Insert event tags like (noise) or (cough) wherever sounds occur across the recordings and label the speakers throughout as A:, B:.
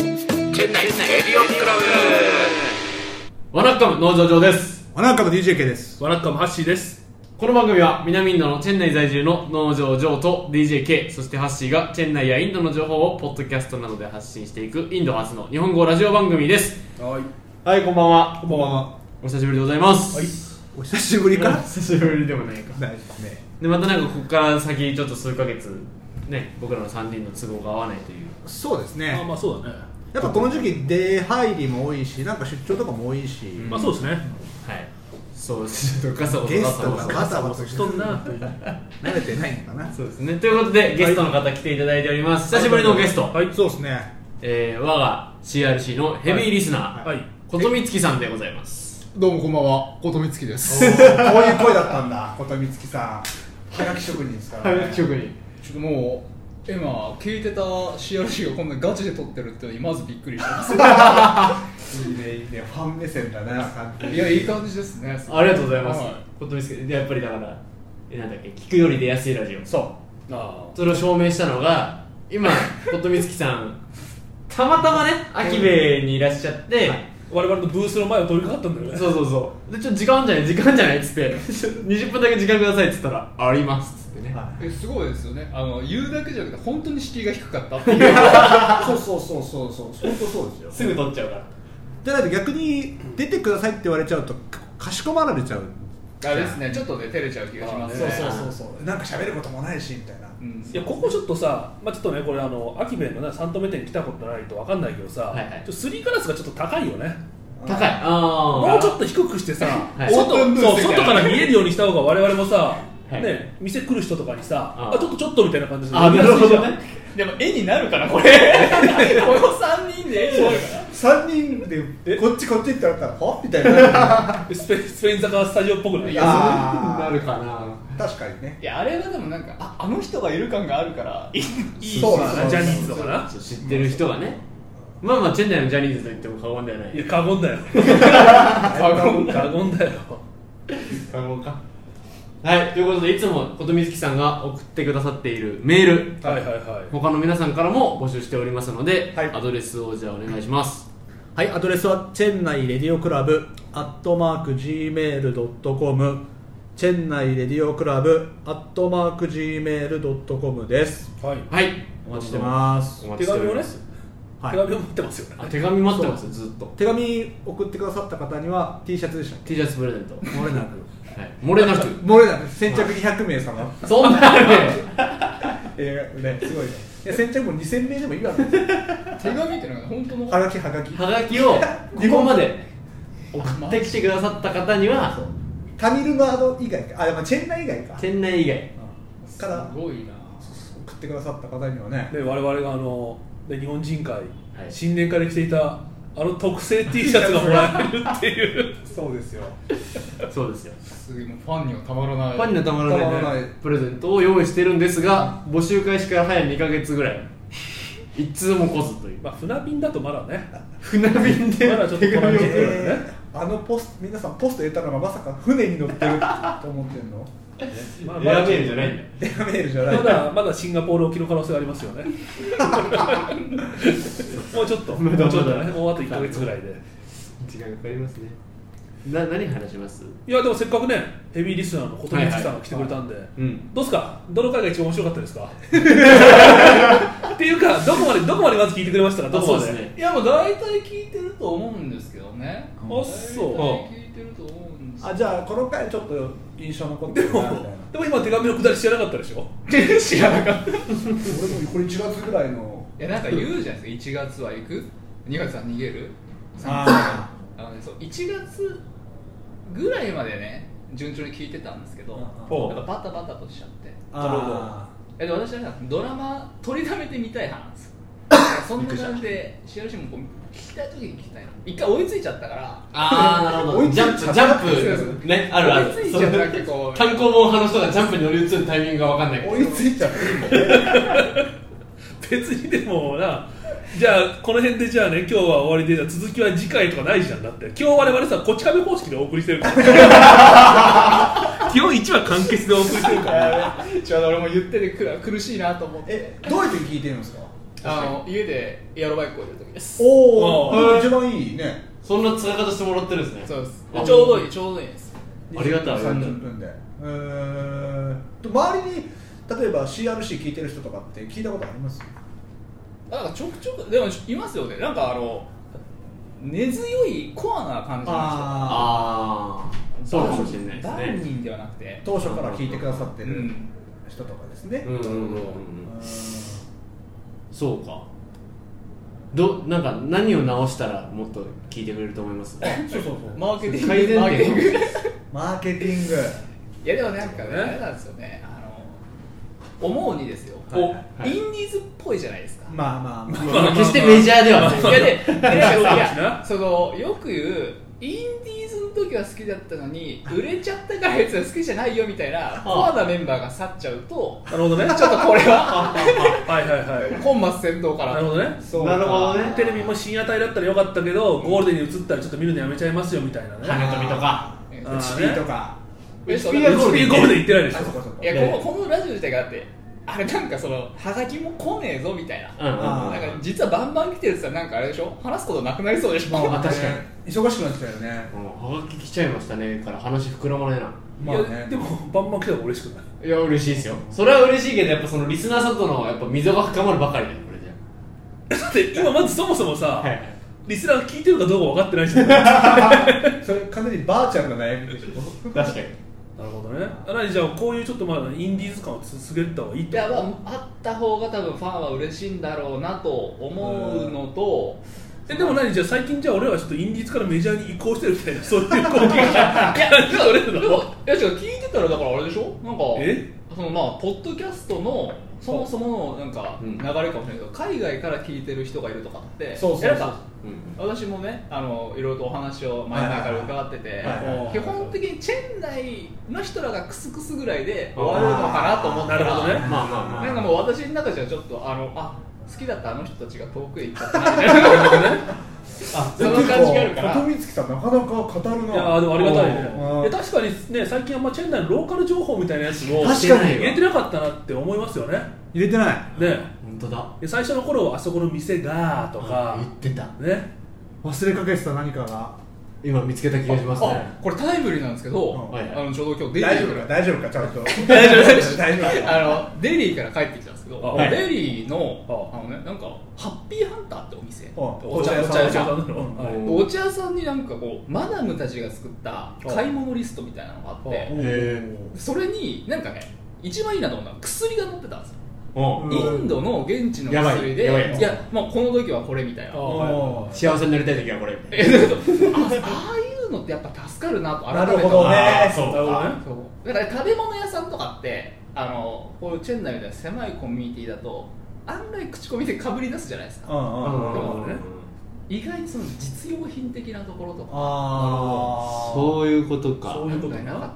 A: 店内エリオンクラブワナッカム農場長です
B: ワナッカム DJK です
C: ワナッカムハッシーです
A: この番組は南インドのチェン内在住の農場長と DJK そしてハッシーがチェン内やインドの情報をポッドキャストなどで発信していくインド初の日本語ラジオ番組です
C: はい
A: はいこんばんは
B: こんばんは
A: お久しぶりでございます、
B: お久しぶりか
A: 久しぶりでもないか
B: ないですね
A: でまたなんかここから先ちょっと数ヶ月ね僕らの3人の都合が合わないという
B: そうです
C: あ
B: ね
C: まあそうだね
B: やっぱこの時期出入りも多いしなんか出張とかも多いし、
A: ん
C: まあそうですね
A: はいそうちょっとガサゴ
B: ゲ
A: サガ
B: ス
A: サ
B: ト
A: ゴ
B: が
A: サ
B: バタバタ
C: しとんな
B: 慣れてないのかな
A: そうですねということでゲストの方来ていただいております、久しぶりのゲスト、
C: はい
B: そうです
A: (laughs)
B: ね
A: えー我が CRC のヘビーリスナー、
C: はい
A: ことみつきさんでございます
D: どうもこんばんは、ことみつきで
B: こ
D: す。
B: ういう声だったんだ琴光月さんはがき職人ですから、ね、
D: 人。ちょっともう、今、聞いてた CRC がこんなにガチで撮ってるってのにまずびっくりしてます。
B: いいねいいねファン目線だな完全に
D: (laughs) いや、いい感じですね。
A: ありがとうございます、
D: は
A: ことみつきでやっぱりだからえなんだっけ聞くより出やすいラジオ
B: そ
C: あ
A: それを証明したのが今ことみつきさんたまたまね秋兵衛にいらっしゃって、
C: 我々のブースの前を通りかかったんだよね
A: そうそうそうでちょっと時間あんじゃない時間あんじゃないっつって20分だけ時間くださいっつったらありますっつって
B: う、
A: ね、
B: は
D: えすごいですよねあの言うだけじゃなくて本当に敷居が低かったって (laughs) いう
B: い、そうそうそうそうそう本当そうですよ
A: すぐ取っちゃうから
B: じゃないと逆に出てくださいって言われちゃうとかかしこまられちゃう
D: あれですねちょっとね照れちゃう気がします
C: そう
D: ね
C: そうそうそう
B: なんか喋ることもないしみたいな、
D: うん
C: いやここちょっとさ、まあ、ちょっとねこれあのアキベのね三度目店来たことないと分かんないけどさ、
A: はいはい
C: ちょっとスリーガラスがちょっと高いよね
A: 高いあー
C: もうちょっと低くしてさ、
A: はい
C: 外
D: オープンブー
C: そう
D: スみたいな
C: 外から見えるようにした方が我々もさ、
A: はい
C: ね、店来る人とかにさ
A: あ
C: あ
A: ー
C: ちょっとちょっとみたいな感じで
A: あなるほどね
D: でも絵になるかなこ (laughs) れこの3人で絵になるかな
B: 3人でこっちこっちって言われたらはみたいな
C: スペスペイン坂スタジオっぽくない
D: い
C: い
D: や
B: あー
A: なるかな
B: 確かにね
D: いやあれがでもなんかああの人がいる感があるからいい
C: い
B: そう
C: 人
B: な
C: だ
B: んだ
C: なジャニーズとかな
A: 知ってる人がねまあまあチェン内のジャニーズと言っても過言ではないい
C: や過言だよ
B: あの
C: 過言だよ
A: 過言かはいということでいつも琴美月さんが送ってくださっているメール
C: はいはいはい
A: 他の皆さんからも募集しておりますので、
B: はい
A: アドレスをじゃあお願いします
B: はい、アドレスはチェンナイレディオクラブアットマーク Gmail.com チェンナイレディオクラブアットマーク Gmail.com です
C: はい
A: はいお待ちしてま
B: ます
A: すお待
C: 手
A: ちしてお
C: 紙
A: り
C: を
A: ま
C: ね
A: す
B: はい
C: 手紙を持ってますよね
A: あ手紙待ってますよずっと
B: 手紙送ってくださった方には T シャツでした
A: T シャツプレゼント、は
B: 漏れなく
A: い、漏れなく
B: 漏れなく先着200名様
A: そんなのね
B: えーねすごいねいや先着も2000名でもいいわけですよ
D: 手紙ってのが本当の
B: はがきはがき
A: はがきをここまで送ってきてくださった方には
B: そうタミルナード以外かあでもチェンナイ以外か
A: チェン内以外
B: うん
D: す
B: から
D: ごいな
B: 送ってくださった方にはね
C: で我々があので日本人会、
A: い
C: 新年会で着ていたあの特製 T シャツがもらえるっていう
A: (laughs)
B: そうですよ
A: そうですよ
D: すごいもうファンにはたまらない
A: ファンにはたまらない,、
B: たまらない
A: プレゼントを用意してるんですが募集開始から早2か月ぐらい一通も来ずという
C: まあ船便だとまだ
A: (laughs)
C: ね
A: 船便で
C: まだちょっと
A: 手紙を
C: 来ない
A: 送る
B: えーあのポス皆さんポスト得たのがまさか船に乗ってると思ってんの
C: まあま
A: エア
C: だ
A: メールじゃないんだ
B: エアメールじゃ
C: ま
B: ない
C: だまだシンガポール沖の可能性がありますよ
A: (laughs)
C: ねもうちょっと
A: まだ
C: もう
A: まだ
C: ちょっとねもうあと1か月ぐらいで
A: 時間かかりますねな何話します
C: いやでもせっかくねヘビーリスナーの琴光さんが来てくれたんで、
A: うん
C: どうっすかどの回が一番面白かったですかっていうかどこまでどこまでまず聞いてくれましたかどこまで
A: あそうですね
D: いやもう大体聞いてると思うんですけどね
C: あ
D: 大体
C: そ
D: 聞いてると思うんです
B: あじゃあこの回ちょっと印象残って
C: で
B: るなみ
C: も
B: たいな
C: でも今手紙のくだり知らなかったでしょ
D: あ知らなかったい
B: 俺もこれ1月ぐらいの
D: やなんか言うじゃないですか1月は行く2月は逃げる3月
B: あ
D: はあのねそう1月ぐらいまでね順調に聞いてたんですけど
B: うん
D: なん
C: うん
D: かバタバタとしちゃって
B: あ
D: えで私はさドラマ取りためてみたい派なんですよだからそんな感じで CRC もこう聞きたい時に聞きたいな一回追いついちゃったから
A: ああなるほ
B: 追
A: ど
B: いつい
A: ジ
B: ち
A: ャ
B: ゃっ
A: ン
B: た
A: プジャ
D: そう
A: ン
D: そ
A: プ
D: う
A: ねあるある
D: 追いついちゃった結構
A: 単
D: (laughs)
A: 行本派の人がジャンプに乗り移るタイミングが分かんない
B: ー追いついちゃっていいんだよね
C: 別にでもなじゃあこの辺でじゃあね今日は終わりでじゃあ続きは次回とかないじゃんだって今日我々さこち亀方式でお送りしてるから基本1話完結でお送りしてるから
D: ちょうど俺も言っててくら苦しいなと思って
B: えどうやって聞いてるんですか
D: ああの家でエアロバイクをやる時です
B: お
C: あー
B: お一番いいね
A: そんな使い方してもらってるんですね
D: そうです
A: あ
D: ちょうどいいちょうどいいです
A: ありがたい
B: 30分でえーと周りに例えば CRC 聞いてる人とかって聞いたことあります
D: なんかちょくちょくでもいますよねなんかあの根強いコアな感じの
A: ああ
D: 人
A: そうかもしれないですね
D: 何人ではなくて
B: 当初から聞いてくださって
D: う
B: る
D: ん
B: 人とかですね、
A: うんうんうんうん
B: うん
A: そうかどなんか何を直したらもっと聞いてくれると思います
B: そうそうそう
D: マーケティング
A: 改善点
D: マーケ
A: (laughs)
D: ティングい
B: マーケティング
D: やでもなんかね
C: ね
D: あれなんですよねあの思うにですよ、
A: はい
D: お
A: はい
D: インディーズっぽいじゃないですか、
B: まあまあまあ
A: まあ決してメジャーで (laughs) はない
D: いやで、でなんかさいや
C: な
D: そのよく言うインディーズの時は好きだったのに売れちゃったからやつは好きじゃないよみたいなコアなメンバーが去っちゃうと
C: なるほどね
D: ちょっとこれは
C: はいはいはい
D: 本末転倒か
C: な
D: ら
C: るほどね
B: そう
A: なるほどね
C: テレビも深夜帯だったらよかったけどゴールデンに移ったらちょっと見るのやめちゃいますよみたいなね
A: 花飛びとか
D: え
C: あ
B: チビとか
D: えそう
A: HP
D: だ
A: は
D: か
A: ゴールデン
C: ゴールデン行ってないでし
B: あそ
C: ょ
B: こそこ
D: らいやこのこのラジオ自体があってあれなんかそのはがきも来ねえぞみたいな
A: うんうん
B: あ
D: なんか実はバンバン来てるって言ったらなんかあれでしょ話すことなくなりそうでしょ、
B: ま
A: あ
B: あ
A: 確か
B: に忙しくなってたよね
A: うんはがき来ちゃいましたねから話膨らまないな
B: まあ
C: いや
B: ね
C: でもバンバン来たら嬉しくない
A: いや嬉しいですよそれは嬉しいけどやっぱそのリスナーさんとのやっぱ溝が深まるばかりだよこれじ
C: (laughs) だって今まずそもそもさ、
A: ゃ
C: リスナーが聞いてるかどうか分かってないじゃんな
B: それ完全にばあちゃんの悩みでしょ
A: 確かに
C: るほどねあなにじゃあこういうちょっとまあインディーズ感を続けた方がいいっ
D: (laughs) い
C: てこ
D: や
C: と
D: まああった方が多分ファンは嬉しいんだろうなと思うのと、
C: えでも何じゃあ最近じゃあ俺らはちょっとインディーズからメジャーに移行してるみたいなそういう光景が
D: いや、でも、
C: れるの
D: でもいや、違う、聞いてたら、だから、あれでしょなんか。
C: え
D: その、まあ、ポッドキャストの、そもそもの、なんか、
A: うん
D: 流れかもしれないけど、海外から聞いてる人がいるとかって。
B: そうそうそう
D: いや
C: (laughs)
D: なんか
A: うん
D: 私もね、あの、いろいろとお話を前々から伺ってて
B: はいは
C: は
B: い
C: い、
D: 基本的にチェン内の人らがクスクスぐらいで終わるのかなと思った
C: なるほど
D: ら、
C: ね
A: まあまあまあ
D: なんかもう私の中じゃちょっとあのあ好きだったあの人たちが遠くへ行っちゃったな
C: (laughs)
A: あ
D: その感じがあるから
B: 琴光さんなかなか語るない
C: やーでもありがたい
B: うん
C: ねいや確かにね最近あんまチェーン内のローカル情報みたいなやつを
B: 確
C: 入
B: かに
C: れてなかったなって思いますよね
B: 入れてない
C: ね
A: 本当だ
C: で最初の頃はあそこの店がとか
A: 言ってた
C: ね
B: 忘れかけてた何かが
A: 今見つけた気がしますね
D: あこれタイムリーなんですけど、
B: うん
A: はいはい
D: あのちょうど今日デ
B: 大
D: イ
B: 丈
D: リ
B: 夫
D: ー
B: か
D: か
B: 大丈夫かちゃんと
D: 大丈夫大丈夫
B: 大丈夫から
D: あのデイリーから帰ってきたんですけど、
C: はい
D: デイリーの
C: あ
D: あのねなんかハッピーハンターってお店、
B: お
D: お茶
B: お
D: お
B: 茶
D: 茶
B: 屋
D: 屋
B: さ
D: さ
B: ん
D: ん
C: なのはい
A: うん
D: お茶屋さんになんかこうマダムたちが作った買い物リストみたいなのがあっ
C: あ
D: て
A: へー
D: それになんかね一番いいなと思ったのは薬が載ってたんですよ
A: うん
D: インドの現地の
A: やばい
D: 薬で
A: やばいやつ
D: いや、まあ、この時はこれみたいな
C: あ
B: お
C: は
A: 幸せになりたい時はこれ
D: えだけどあああいうのってやっぱ助かるなと改め
B: な
D: て
B: るほどね
A: あー
C: い
A: そ
C: な
A: う
C: るほどね
D: そうだから食べ物屋さんとかってあのこういうチェンナイみたいな狭いコミュニティだと案外口コミでかぶり出すじゃないです
B: う
D: か
B: んうんうん
C: なるほどね
D: 意外にその実用品的なところとか
B: ああ
A: そういうことか
C: そういうことな
D: な
C: ん
D: かなかっ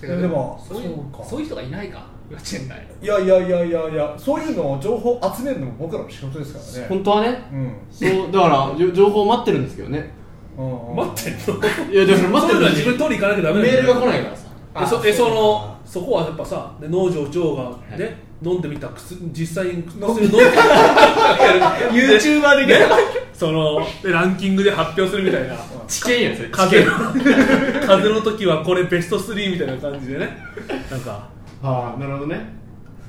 D: たなと
B: いやでも
D: そういう
B: そうか
D: そういう人がいないかチェンナイ
B: いやいやいやいやいやそういうのを情報集めるのも僕らの仕事ですからね
A: 本当はね
B: うん
A: そうだから
C: (laughs)
A: じょ情報を待ってるんですけどね
B: うんうん
C: 待ってんの
A: いやだから待
C: そういうの
A: ってる
C: は自分取りに行かなきゃダメ
A: メ
C: だよ
A: ール
C: ね
A: が来ないからさ
C: え
B: あ
C: そえそ
B: そう
C: のそこはやっぱさで農場長がね、
A: はい
C: 飲んでみた薬実際に薬を
B: 飲ん
C: 飲んで YouTuber でね (laughs) そのでランキングで発表するみたいな
A: 知見やんそれ
C: 風の風の時はこれベスト3みたいな感じでねなんか
A: はあなるほどね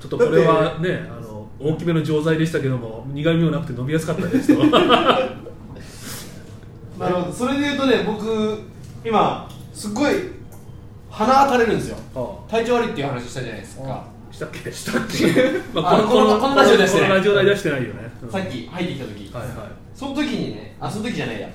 C: ちょっとこれはねあの大きめの錠剤でしたけども苦みもなくて飲みやすかったです
A: (laughs)
C: と
A: なるほどそれで言うとね僕今すっごい鼻当たれるんですよ
C: あ
A: 体調悪いっていう話したじゃないですか
C: あしたっけしたっけ、 (laughs) ま
A: あこのこのラジオ出してない
C: このラジオ代出してないよね、うん
A: さっき入ってきた時
C: はいはい
A: その時にねあその時じゃないや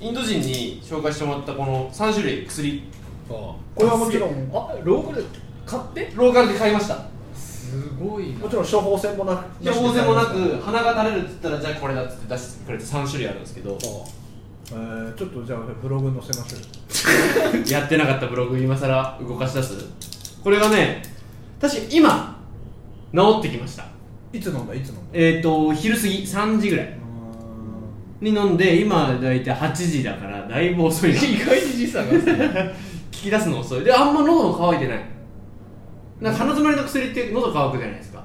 A: インド人に紹介してもらったこの3種類薬
C: あ
B: これはもちろん
D: あローカルで買って
A: ローカルで買いました
D: すごい
B: もちろん処方箋もなく
A: 処方箋もなく鼻が垂れるって言ったらじゃあこれだっつって出してくれて3種類あるんですけど
B: えーちょっとじゃあブログに載せましょう
A: やってなかったブログ今さら動かし出すこれがね確か今治ってきました
B: いつ飲んだいつ飲んだ
A: えっ、ー、と昼過ぎ3時ぐらいう
B: ーん
A: に飲んで今大体8時だからだいぶ遅いな聞
D: 意外に時差がすごい
A: き出すの遅いであんま喉も渇いてないなんか鼻詰まりの薬って喉乾くじゃないですか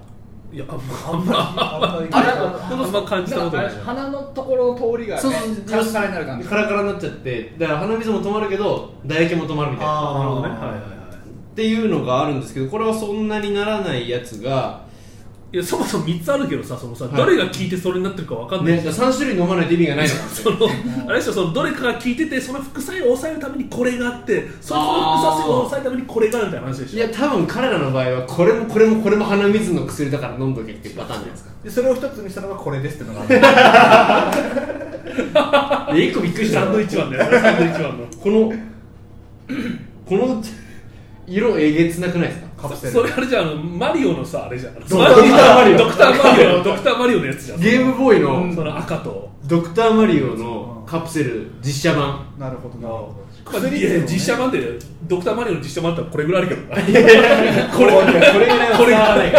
B: いやあんまりあんまり
D: あれ
C: あんま感じたことない
D: んか鼻のところの通りが、ね、
A: そう
D: カラ
A: そう
D: カラになる感じ
A: カラカラになっちゃってだから鼻水も止まるけど唾液も止まるみたいな
B: あー
C: なるほどねはいはいはい
A: っていうのがあるんですけどこれはそんなにならないやつが、
C: いやそもそも3つあるけどさそのさ、
A: はい
C: どれが効いてそれになってるかわかんない
A: ね、3種類飲まないと意味がないのかな
C: (laughs) そのあれでしょそのどれかが効いててその副作用を抑えるためにこれがあってその副作用を抑えるためにこれがあるみたいな話でしょ
A: いや多分彼らの場合はこれもこれもこれも鼻水の薬だから飲んどけっていうパターンじゃないですか
B: でそれを一つにしたのがこれですってのがあ
A: (laughs)
B: る
A: で1個びっくりした
C: サン
A: の
C: ドイッチマンだよ
A: (laughs)
C: サンドイッチマンの
A: このこの色えげつなくないですか
B: カプセ
C: そ
B: ル
C: れあれじゃんあのマリオのさあれじゃんドク
A: ターマリオ
C: ドクターマリオのドクターマリオのやつじゃん
A: ゲームボーイの
C: その赤と
A: ドクターマリオのカプセル実写版
B: なるほどなるほど
C: まあいや
B: ね
C: 実写版でドクターマリオの実写版だったらこれぐらいあるけどな
A: これこれぐらいは
C: これ
A: 伝わらないか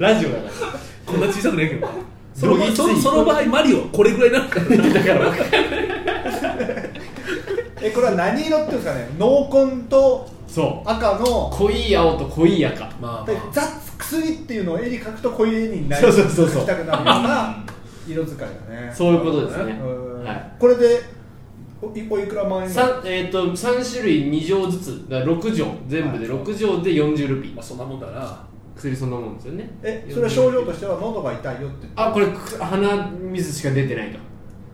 A: ら (laughs) ラジオだから
C: こんな小さくないけどなその場合
A: どぎつい
C: そのその場合マリオはこれぐらいになるからな
A: (laughs) だから分かる
B: えこれは何色っていうんですかね濃紺と
A: そ
B: 赤
A: う
B: の
A: 濃い青と濃い赤
C: まあま
B: で
C: あ
B: ザッ薬っていうのを絵に描くとこういう絵になり
A: そうそうそうそう
B: 描きたくなるような色使いだね
A: そういうことですね
B: うん
A: はい
B: これでおいおいくら万円ぐらい
A: 三えー、と三種類2錠ずつだから6錠全部で6錠で40ルピー
C: まあそんなもんだな
A: 薬そんなもんですよね
B: えそれは症状と
A: て
B: しては喉が痛いよって
A: あこれく鼻水しか出てないと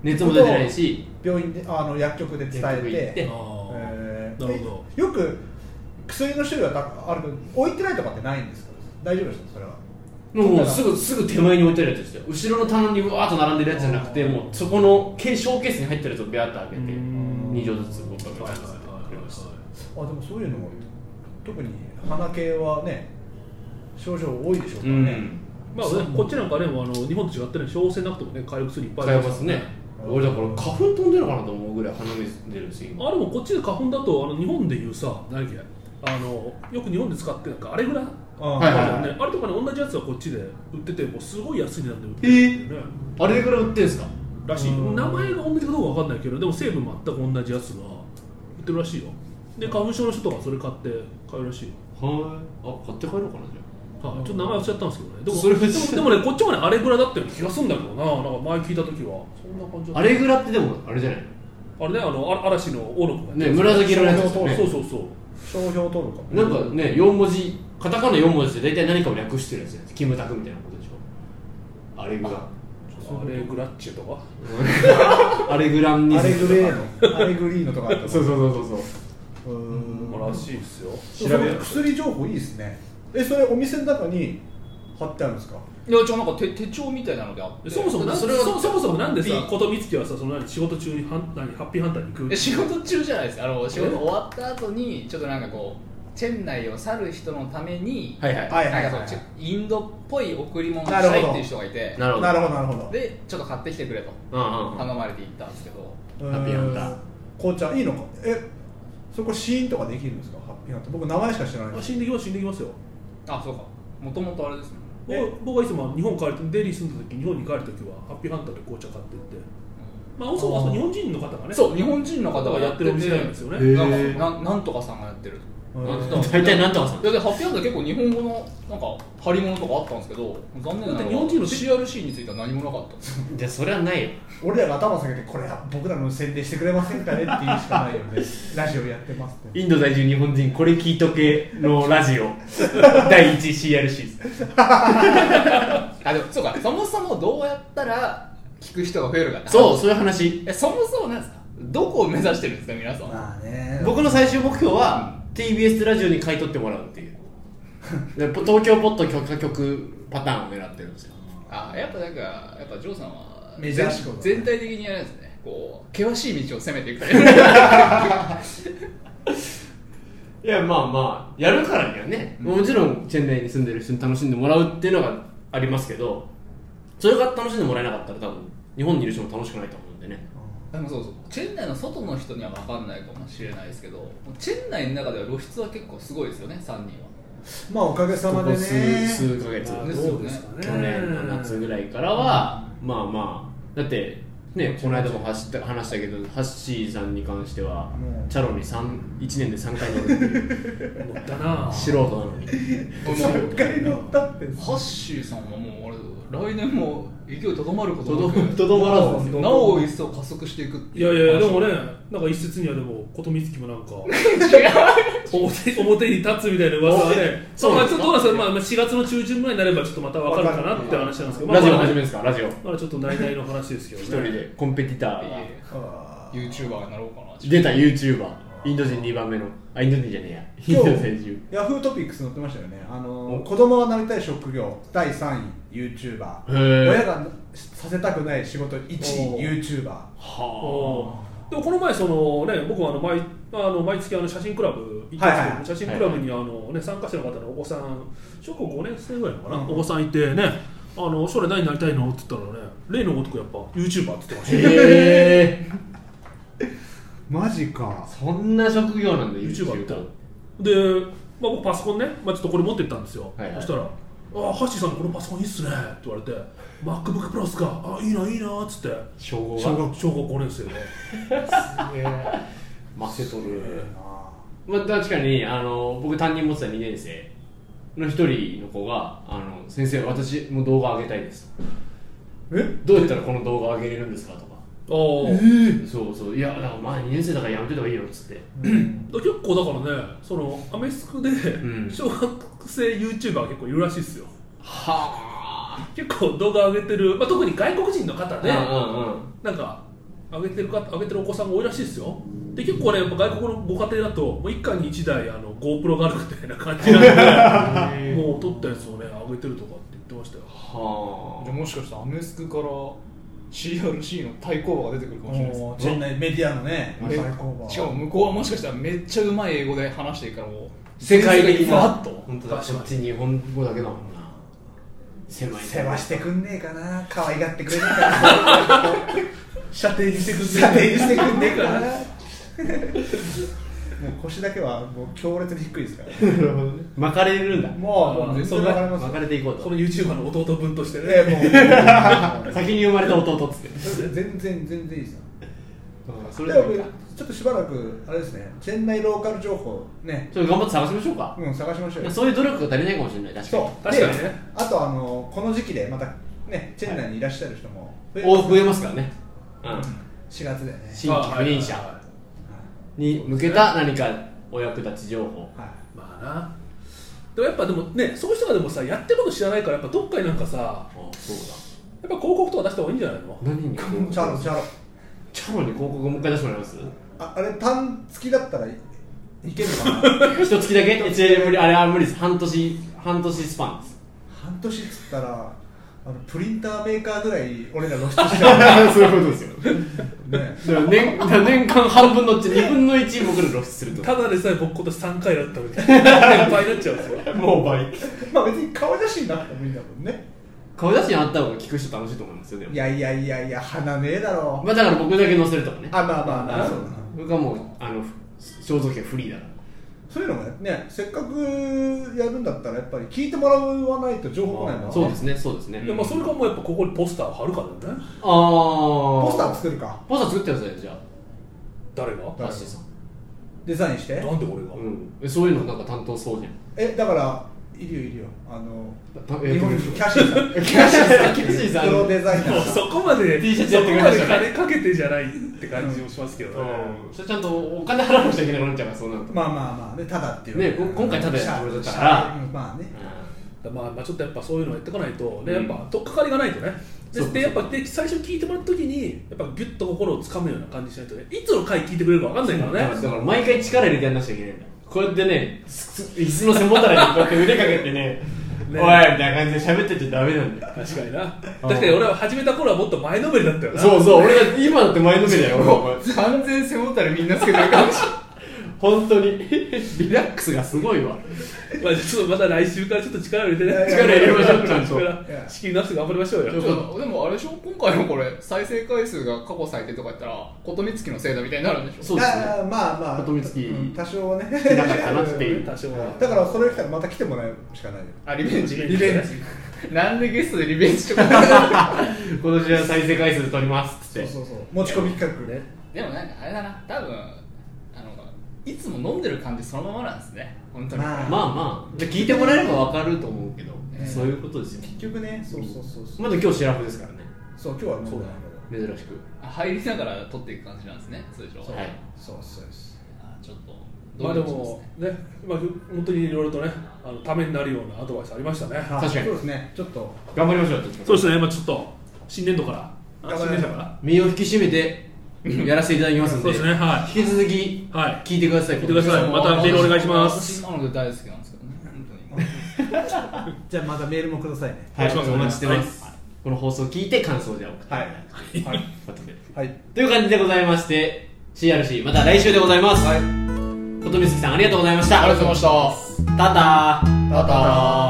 A: 熱も出てないし
B: 病院であの薬局で伝
A: 薬局行
B: え
A: ってて
B: え
C: あ
B: ー
C: あなるほ
B: えよく薬の種類はたあるけど置いてないとかってないんですか大丈夫ですかそれは
A: もうすぐすぐ手前に置いてあるやつですよ後ろの棚にわーっと並んでるやつじゃなくてもうそこのケーショーケースに入ってるやつをビャーッと開けて
C: うん
A: 2錠ずつ僕
C: ど
A: は
C: はいはい
A: 買いました
C: はいはい
B: あでもそういうのも特に鼻系はね症状多いでしょうか
A: う
B: らね、
A: ん
C: まあ、こっちなんかね、もうあの日本と違ってね、小せなくてもね、買える薬いっぱいあ
A: 買え
C: り
A: ま
C: ますす
A: ね俺だから花粉飛んでるのかなと思うぐらい鼻水出るし今
C: あでもこっちで花粉だと、あの日本でいうさ、何やっけあのよく日本で使ってるなんか、あれぐらい、
B: あ
A: はいはい
C: あるよね、あれとかね、同じやつはこっちで売ってて、もうすごい安い値段で売って
A: え
C: るんだよね、
A: あれぐらい売ってんすから
C: しい、
B: うん
C: 名前が同じかどうかわかんないけど、でも成分全く同じやつが売ってるらしいよ。で、花粉症の人とかそれ買って買うらしいよ。
A: はいあ買って帰ろうかなじゃ
C: はい、ちょっと名前忘れちゃったんですけどね、でも
A: それは
C: でもでもね、こっちもね、あれぐらいだったような気がするんだけどな、なんか前聞いたときは、そんな感じだった
A: ああれぐらいってでもあれじゃない
C: あれね、あのあ嵐のオロプが
A: ね紫色のやつですよね
C: そうそうそう。
B: 商標登録か
A: なんかね4文字カタカナ4文字で大体何かを略してるやつじゃないですかキムタクみたいなことでしょあれぐら
C: あれグラッチェとか。
A: (laughs) あれぐらんに
B: アレグレ
A: ー
B: ーのアレグリーノとかあった
A: そうそうそうそう
B: うーん
C: らしいですよ。
A: 調
B: そ
A: べよう
B: の薬情報いいですねえそれお店の中に貼ってあるんですか
D: いやちょなんか手手帳みたいなのであって
C: そもそもなん
A: そ
C: そ
A: れは
C: そもそもなんでさ
A: ハッピー
C: 琴美月はさその何仕事中に反何ハッピーハンターに行く。
D: え仕事中じゃないですかあの仕事終わった後にちょっとなんかこうチェン内を去る人のために、
A: はいはい
B: はい
D: なんかそうちょインドっぽい贈り物を
B: なる
D: し
B: ほ
D: た
B: ど
D: いっていう人がいて
A: なるほど
B: なるほどなるほど
D: でちょっと買ってきてくれと
A: うんうんうん
D: 頼まれて行ったんですけど
A: ハッピーハンター
B: うーん紅茶いいのかえそこ試飲とかできるんですかハッピーハンター僕名前しか知らない
C: あ死んでいきます死んでいきますよ。
D: あそうかもともとあれですね
B: え
C: 僕僕はいつも日本帰るとデイリー住んだ時日本に帰る時はハッピーハンターで紅茶買ってって。まあおそあ
B: あー
C: そこ日本人の方がね。
D: そう日本人の方がやっ
C: やっ
D: てて
C: てるお店なんですよね
A: へー
D: なんかなんなんとかさんがやってる
B: う
A: な
B: ーん
A: ん大体なんとかさん
D: いやでハッピーハンター結構日本語のなんか貼り物とかあったんですけど残念なが
C: だっ
D: ら
C: て日本人の
D: CRC については何もなかったんです
A: じゃあそれはないよ
B: 俺らが頭下げてこれ僕らの宣伝してくれませんかねって言うしかないよねラジオやってますって
A: インド在住日本人これ聞いとけのラ (laughs) ジオ第 1CRC です
D: (laughs) あでもそうかそもそもどうやったら聞く人が増えるかって話
A: そうそういう話
D: えそもそもなんですかどこを目指してるんですか皆さん、
B: まあね
A: 僕の最終目標は TBS ラジオに買い取ってもらうって (laughs) いうでポ東京ポッド許可局パターンを狙ってるんですよ
D: あやっぱなんかやっぱジョーさんは
B: メジャー志向だね
D: 全体的にあれですねこう険しい道を攻めていくタイプ
A: いやまあまあやるからにはね、もちろんチェン内に住んでる人に楽しんでもらうっていうのがありますけどそれが楽しんでもらえなかったら多分日本にいる人も楽しくないと思うんでね
D: でもそうそうチェン内の外の人には分かんないかもしれないですけどチェン内の中では露出は結構すごいですよね3人は
B: まあおかげさま
A: ここ
B: でね
A: 数数ヶ月
C: まあ
D: ですよね
C: どうですかね。
A: 去年の夏ぐらいからは、まあまあだってね、この間も走った話したけどハッシーさんに関しては
B: うん
A: チャロに1年で3回乗るっていう
C: 乗ったな
A: 素人なのに
D: もう
B: 一回乗ったって
D: ハッシーさんはもうあれ来年も勢いとどまることなく
A: とどまらずですよ
D: なお一層加速していくって
C: いうやいやでもね
D: 違う
C: なんか一説にはでも琴光希もなんか表表に立つみたいな噂はね
A: そう
C: ま
A: なん
C: あちょっ
A: ですか
C: とどうなんですか、まあ、まあ4月の中旬ぐらいになればちょっとまた分かるかなって話なんですけど、まあ、
A: ラジオ
C: まあ
A: 始めですかラジオ
C: まだちょっと内々の話ですけどね
A: 一人でコンペティターが
B: あー
D: YouTuber になろうかな
A: 出た YouTuber インド人2番目のあインド人じゃねえやインド人中
B: ヤフートピックス載ってましたよね、あの
A: お
B: 子供がなりたい職業第3位、ユーチューバ
A: へ
B: ー
A: ー
B: 親がさせたくない仕事1
C: おー
B: 位、ユーチューバ
A: は
C: おーでもこの前その、ね、僕はあの毎あの毎月あの写真クラブ行ってますけど、
B: はいはい
C: 写真クラブにあの、ね、参加者の方のお子さん小学校5年生ぐらいのかな、
B: うん
C: お子さんいてねあの将来何になりたいのって言ったらね例のごとくやっぱ YouTuber って言ってまし
A: あへえ
B: ー、マジか、
A: そんな職業なんだ
C: YouTuber ってた
A: YouTuber
C: で、まあ、僕パソコンね、まあ、ちょっとこれ持ってったんですよ、
A: はいはい
C: そしたら「ああハッシーさんのこのパソコンいいっすね」って言われて「MacBookPro っすかあいいないいな」っつって
A: 称号
C: 小
A: が
C: 学小学5年生
A: (laughs)
C: で。
A: マセトル
B: あ
A: まあ、確かにあの僕担任持ってた2年生の一人の子があの「先生私も動画上げたいです
B: ーえ」
A: どうやったらこの動画上げれるんですか?」とか
C: おー
A: 「そうそういやだからまあ2年生だからやめといた方がいいよ」っつって
C: 結構だからねそのアメスクで
A: ん
C: 小学生 YouTuber 結構いるらしいですよ
A: はあ
C: 結構動画上げてる、まあ、特に外国人の方
A: うんう
C: ね
A: んうん
C: なんか上げてる方上げてるお子さんが多いらしいですよで結構ねやっぱ外国のご家庭だともう一家に一台あの GoPro があるみたいな感じなんでもう撮ったやつをね上げてるとかって言ってましたよ
A: は
D: もしかしたらアメスクから CRC の対抗馬が出てくるかもしれないです
B: もうチェンナイメディアのね、
D: め
B: 最高峰
D: しかも向こうはもしかしたらめっちゃうまい英語で話していくからもう
A: 世界的な
D: っと
A: 本当だそっち日本語だけだもんな狭い
B: 世話して
A: く
B: くんねえかな、可愛がってくれねえかな、射程にしてくんねえかな、射程にしてくんねえかな。もう腰だけはもう強烈に低いですから、ね、
A: 巻かれるんだ
B: もうもう全然わかります
A: 巻かれていこ
C: (laughs)
A: う
C: そ
A: と
C: の YouTuber の弟分としてね
B: ええもう
A: 先に生まれた弟っつって
B: 全然全然いいですよ
A: そ
B: で
A: れでも
B: も
A: いいか
B: ちょっとしばらくあれですねチェン内ローカル情報ね
A: それ頑張って探しましょうか
B: うん探しましょう
A: (laughs)
B: よ
A: そういう努力が足りないかもしれない確かに
B: そう
C: 確かにね
B: であとあのこの時期でまたねチェン内にいらっしゃる人も増え
A: お増えますからね、うん、
B: 4月でね
A: 新規不
C: はい
A: 妊者に向けた何かお役立ち情報
B: はい
C: まあなでもやっぱでもねそういう人がでもさやってること知らないからやっぱどっかになんかさやっ
A: あそう
C: ぱ広告とか出した方がいいんじゃないの
A: だ何に広告
B: チャロチャロ
A: チャロに広告もう一回出してもらいます (laughs)
B: ああれ単付きだったらいいけるのかな
A: 一月だけ一年無理あれは無理です半年半年スパンです
B: 半年っつったらあのプリンターメーカーぐらい俺ら露出しちゃ
A: そういうことですよ
B: う
A: (laughs)
B: ね
A: 年年間半分のうち2分の1僕ら露出すると
C: ただでさえ僕今年3回だった
A: (laughs)
C: のに先輩になっちゃうんですよ
A: もう倍
B: まあ別に顔写真なくてもいいんだもんね
A: 顔写真あった方が聞く人楽しいと思いますよでも
B: いやいやいやいや花ねえだろ
A: まあだから僕だけ載せるとかね
B: あまあまあまあそうだな
A: 僕はもうあの肖像権フリーだから
B: そういうのがねせっかくやるんだったらやっぱり聞いてもらわないと情報来ないもん
A: そうですねそうですね
C: でもそれかもうやっぱここにポスターを貼るからね
A: ああ
B: ポスター作るか
A: ポスター作ってくださいよじゃ
C: 誰が
A: あ
B: 誰
A: アッシーさん
B: デザインして
C: なんで俺が、
A: うんえそういうのなんか担当そうじゃん
B: えだからいるよいるよあの
A: たえ
B: 日本
A: どう
B: に
A: でしょう
B: キャシーさんキャシーさ
A: (laughs)
B: ん
A: キャシーさん
B: (laughs) プロデザイナ
C: もう
B: ーさん
C: そこまで
A: T シャツ
C: そ
A: やっ
C: こ
A: てく
C: ま
A: ださい
C: で金かけてじゃないって感じもしますけどね、
A: うんそれちゃんとお金払わなくちゃいけなくなっちゃうからそうなると
B: まあまあまあねただっていう
A: ねこ今回タダやって
B: シャー
A: くれたから
B: シャーうんまあね
C: まあ、まあちょっとやっぱそういうのやっていかないと、ね
A: う
C: やっ
A: ん
C: ぱ取っかかりがないとねで
A: そうそう
C: でやっぱで最初聞いてもらった時にやっぱギュッと心をつかむような感じにしないとねいつの回聞いてくれるか分かんないか
A: だ
C: ら
A: から
C: ね
A: だから毎回力入れてやんなくちゃいけないんだこうやってねすす椅子の背もたれにこうやって腕かけ
B: (laughs)
A: てねおいみ
C: ね
A: たいな感じで喋ってちゃダメなんだよ
C: 確かにな確かに俺は始めた頃はもっと前のめりだったよな
A: そうそう俺だって今だって前のめりだよ俺お前
D: 完全背もたれみんなつけてる感じ
A: 本当に (laughs) リラックスがすごいわ
C: まあ、ちょっとまた来週からちょっと力を入れてね、
A: 力入れましょうちゃんと
C: 力仕切り直して頑張りましょうよ。
A: ちょっ
D: ちょっとでもあれでしょ今回のこれ再生回数が過去最低とか言ったら琴光月のせいだみたいになるんでしょ
A: そうですね
B: あーまあまあ
A: 琴光
B: うん多少はね
A: 聞けなかったなっていう
C: 多少は。
B: (laughs) だからそれ来たらまた来てもらうしかないよ
D: あリベンジ
C: リベンジ
D: なんでゲストでリベンジとか
A: 今年は再生回数取りますっつって
B: そうそう持ち込み企画ね
D: (laughs) でもなんかあれだな多分あのいつも飲んでる感じそのままなんですね本当に、
B: まあ
A: まあまあじゃあ聞いてもらえれば分かると思うけど、
D: ええ
A: そういうことですよ
B: 結局ねそうそうそうそう
A: まだ今日シラフですからね
B: そう今日は飲んだんだ
A: 珍しく
D: 入りながら取っていく感じなんですね通常
A: はい
B: けどそうそうです
D: あちょっと
C: まあで
D: どうにかし
C: も、ね、今、本当にいろいろとね、あのためになるようなアドバイスありましたね。
B: あ
A: 確かに
B: そうですねちょっと
A: 頑張りましょう
C: そうですね、まあちょっと、新年度から、あ
B: 頑張
C: 新
B: りま
C: 年
B: しょ
C: 度
B: う
C: か
A: 身を引き締めてやらせていただきます
C: ら。
A: の
C: そう
A: で
C: ですね、は
A: 引き続き
C: い。はい。
A: 聞いてください
C: 聞いてくだ
D: ます
C: さいまたメールお願いします
D: 私なので大好きなんですけどね本当に
B: じゃあまたメールもくださいね
A: はい、
C: お願いします
A: お待ちしてます、この放送を聞いて感想じゃ送って
B: はいはい
A: まとめる
B: はい
A: という感じでございまして CRC また来週でございます、
B: はい
A: 琴美月さんありがとうございました
D: ありがとうございまし
A: たた
D: た
A: ー
B: たたー